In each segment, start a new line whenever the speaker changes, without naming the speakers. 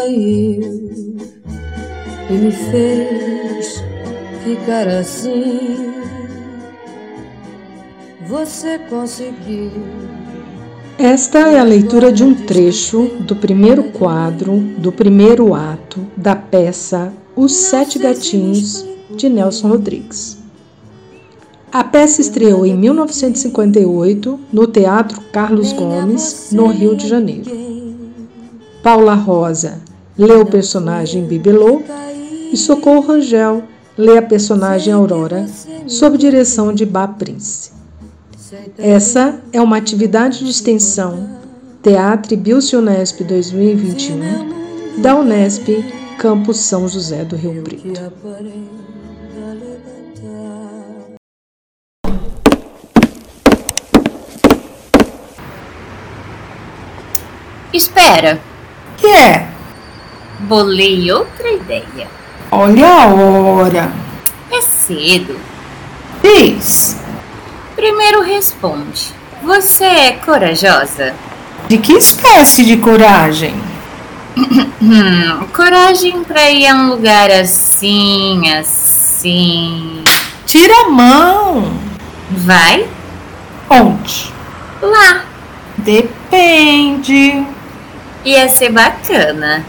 traiu e me fez ficar assim. Você conseguiu.
Esta é a leitura de um trecho do primeiro quadro, do primeiro ato da peça Os Sete Gatinhos, de Nelson Rodrigues. A peça estreou em 1958 no Teatro Carlos Gomes, no Rio de Janeiro. Paula Rosa lê o personagem Bibelô e Socorro Rangel lê a personagem Aurora, sob direção de Bá Prince. Essa é uma atividade de extensão Teatro Bilce Unesp 2021 da Unesp, Campus São José do Rio Preto.
Espera,
que é?
bolei outra ideia.
Olha a hora.
É cedo.
Diz,
Primeiro responde: Você é corajosa?
de que espécie de coragem?
Hum, coragem pra ir a um lugar assim, assim.
Tira a mão.
Vai
Onde?
lá.
Depende.
Ia ser bacana.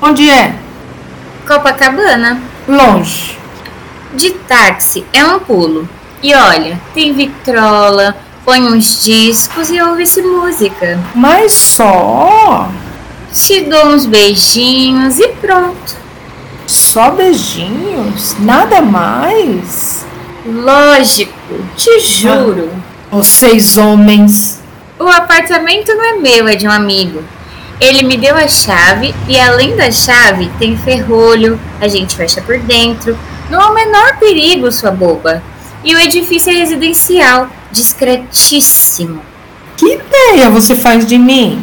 Onde é?
Copacabana.
Longe.
De táxi é um pulo. E olha, tem vitrola, põe uns discos e ouve-se música.
Mas só.
Te dou uns beijinhos e pronto.
Só beijinhos? Nada mais?
Lógico, te juro.
Vocês homens.
O apartamento não é meu, é de um amigo. Ele me deu a chave e além da chave tem ferrolho, a gente fecha por dentro. Não há o menor perigo, sua boba. E o edifício é residencial, discretíssimo.
Que ideia você faz de mim?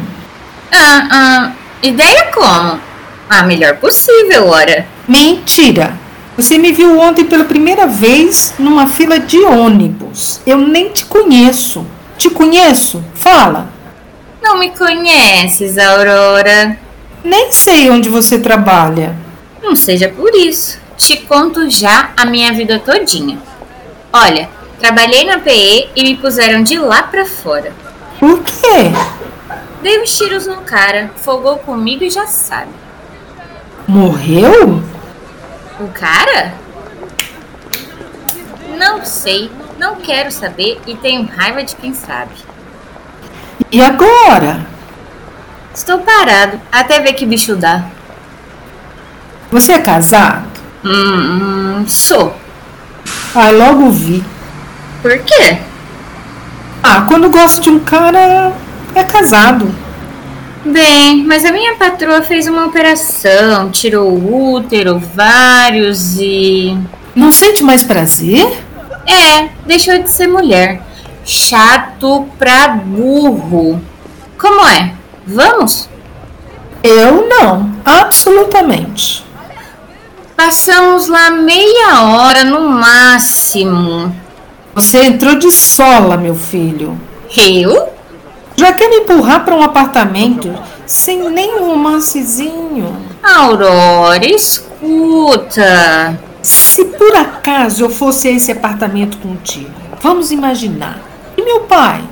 Ah, ah, ideia como? A melhor possível, ora.
Mentira! Você me viu ontem pela primeira vez numa fila de ônibus. Eu nem te conheço. Te conheço? Fala.
Não me conheces, Aurora.
Nem sei onde você trabalha.
Não seja por isso. Te conto já a minha vida todinha. Olha, trabalhei na PE e me puseram de lá pra fora.
Por quê?
Dei uns tiros no cara, folgou comigo e já sabe.
Morreu?
O cara? Não sei, não quero saber e tenho raiva de quem sabe.
E agora?
Estou parado até ver que bicho dá.
Você é casado?
Hum, hum, sou.
Ah, logo vi.
Por quê?
Ah, quando gosto de um cara, é casado.
Bem, mas a minha patroa fez uma operação, tirou o útero, vários e.
Não sente mais prazer?
É, deixou de ser mulher. Chato pra burro. Como é? Vamos?
Eu não, absolutamente.
Passamos lá meia hora no máximo.
Você entrou de sola, meu filho.
Eu?
Já quer me empurrar para um apartamento sem nem um romancezinho?
Aurora, escuta.
Se por acaso eu fosse a esse apartamento contigo, vamos imaginar. E meu pai?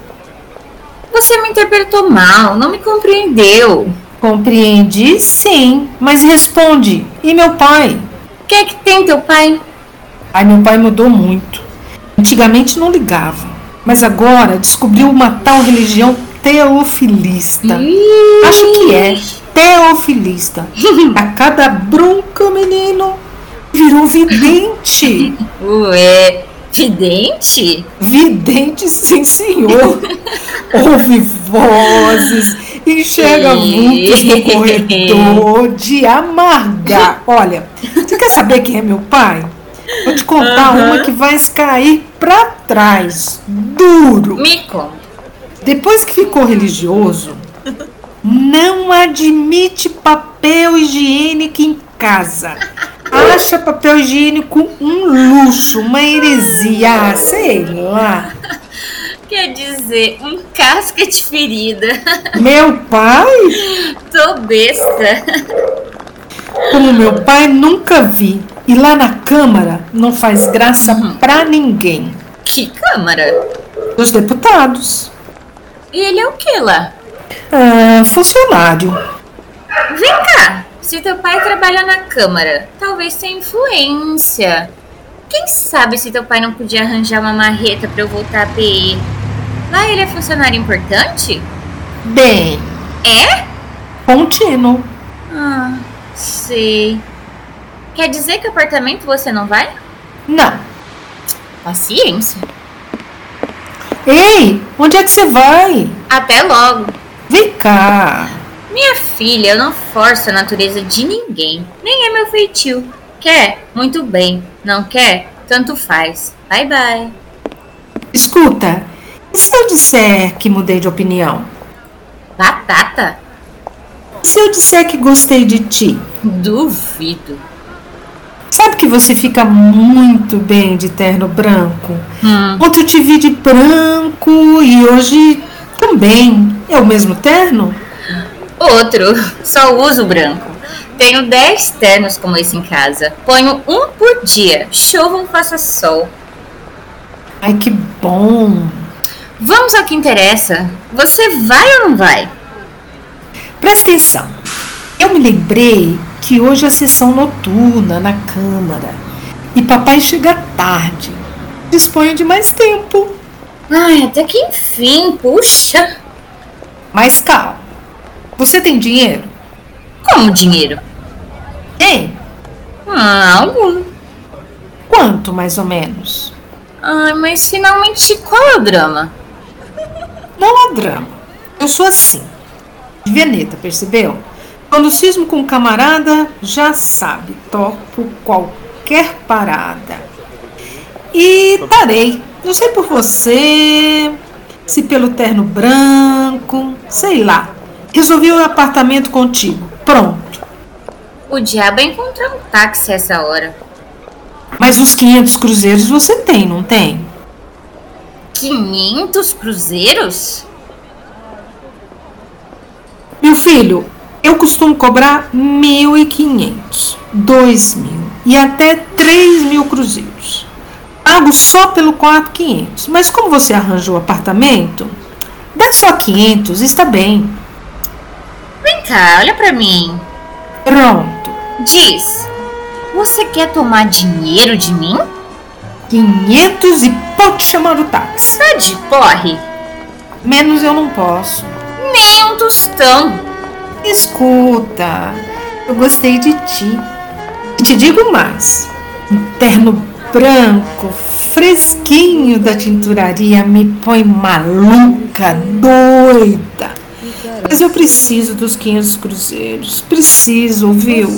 Você me interpretou mal, não me compreendeu.
Compreendi, sim, mas responde. E meu pai?
O que é que tem teu pai?
Ai, meu pai mudou muito. Antigamente não ligava, mas agora descobriu uma tal religião teofilista.
Ih.
Acho Tá, que é teofilista. A cada bronca, menino, virou vidente.
Ué, vidente?
Vidente, sim, senhor. Ouve vozes, enxerga vultos no corredor de amargar. Olha, você quer saber quem é meu pai? Vou te contar
Aham.
uma que vai cair pra trás, duro.
Me conta.
Depois que ficou religioso, não admite papel higiênico em casa. Acha papel higiênico um luxo, uma heresia, ah, sei lá.
Quer dizer, um casca de ferida.
Meu pai?
Tô besta.
Como meu pai, nunca vi. E lá na Câmara não faz graça pra ninguém.
Que câmara?
Dos deputados.
E ele é o que lá?
Ah, funcionário.
Vem cá! Se teu pai trabalha na Câmara, talvez tenha influência. Quem sabe se teu pai não podia arranjar uma marreta pra eu voltar a PI? Lá ele é funcionário importante?
Bem,
É?
contínuo.
Ah, sei. Quer dizer que apartamento você não vai?
Não.
Paciência.
Ei, onde é que você vai?
Até logo.
Vem cá.
Minha filha, eu não forço a natureza de ninguém. Nem é meu feitio. Quer? Muito bem. Não quer? Tanto faz. Bye bye.
Escuta, e se eu disser que mudei de opinião?
Batata?
E se eu disser que gostei de ti?
Duvido.
Sabe que você fica muito bem de terno branco?
Hum.
Ontem eu te vi de branco e hoje também. É o mesmo terno?
Outro. Só uso branco. Tenho 10 ternos como esse em casa. Ponho um por dia. Chova ou faça sol.
Ai, que bom.
Vamos ao que interessa. Você vai ou não vai?
Presta atenção. Eu me lembrei que hoje é sessão noturna na Câmara e papai chega tarde. Disponho de mais tempo.
Ai, até que enfim, puxa.
Mas calma. Você tem dinheiro?
Como dinheiro?
Tem.
Ah, algum.
Quanto mais ou menos?
Ai, mas finalmente qual é o drama?
Não há drama. Eu sou assim. De Veneta, percebeu? Quando cismo com um camarada, já sabe, topo qualquer parada. E tarei. Não sei por você, se pelo terno branco, sei lá. Resolvi o apartamento contigo. Pronto.
O diabo é encontrar um táxi essa hora.
Mas os 500 cruzeiros você tem, não tem?
500 cruzeiros?
Meu filho, eu costumo cobrar 1.500, 2.000 e até 3.000 cruzeiros. Pago só pelo 4.500, mas como você arranjou o apartamento, dá só 500, está bem.
Vem cá, olha pra mim.
Pronto,
Diz, você quer tomar dinheiro de mim?
500 e pode chamar o táxi.
Tá de porre.
Menos eu não posso.
Nem um tostão.
Escuta, eu gostei de ti. E te digo mais: um terno branco, fresquinho da tinturaria me põe maluca, doida. Mas eu preciso dos 500 cruzeiros. Preciso, ouviu?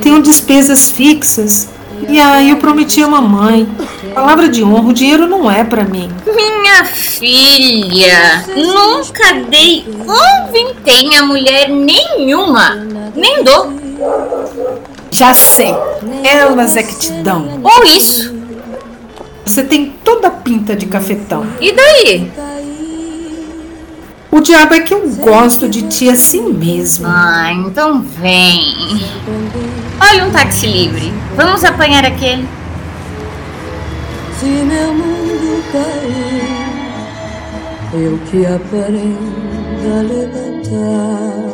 Tenho despesas fixas. E aí eu prometi a mamãe. Palavra de honra, o dinheiro não é pra mim.
Minha filha, nunca dei um vintém a mulher nenhuma. Nem dou.
Já sei. Elas é que te dão.
Ou isso.
Você tem toda a pinta de cafetão.
E daí?
O diabo é que eu gosto de ti assim mesmo.
Ah, então vem. Olha um táxi livre. Vamos apanhar aquele.
Se meu mundo cair, eu que aprenda a levantar.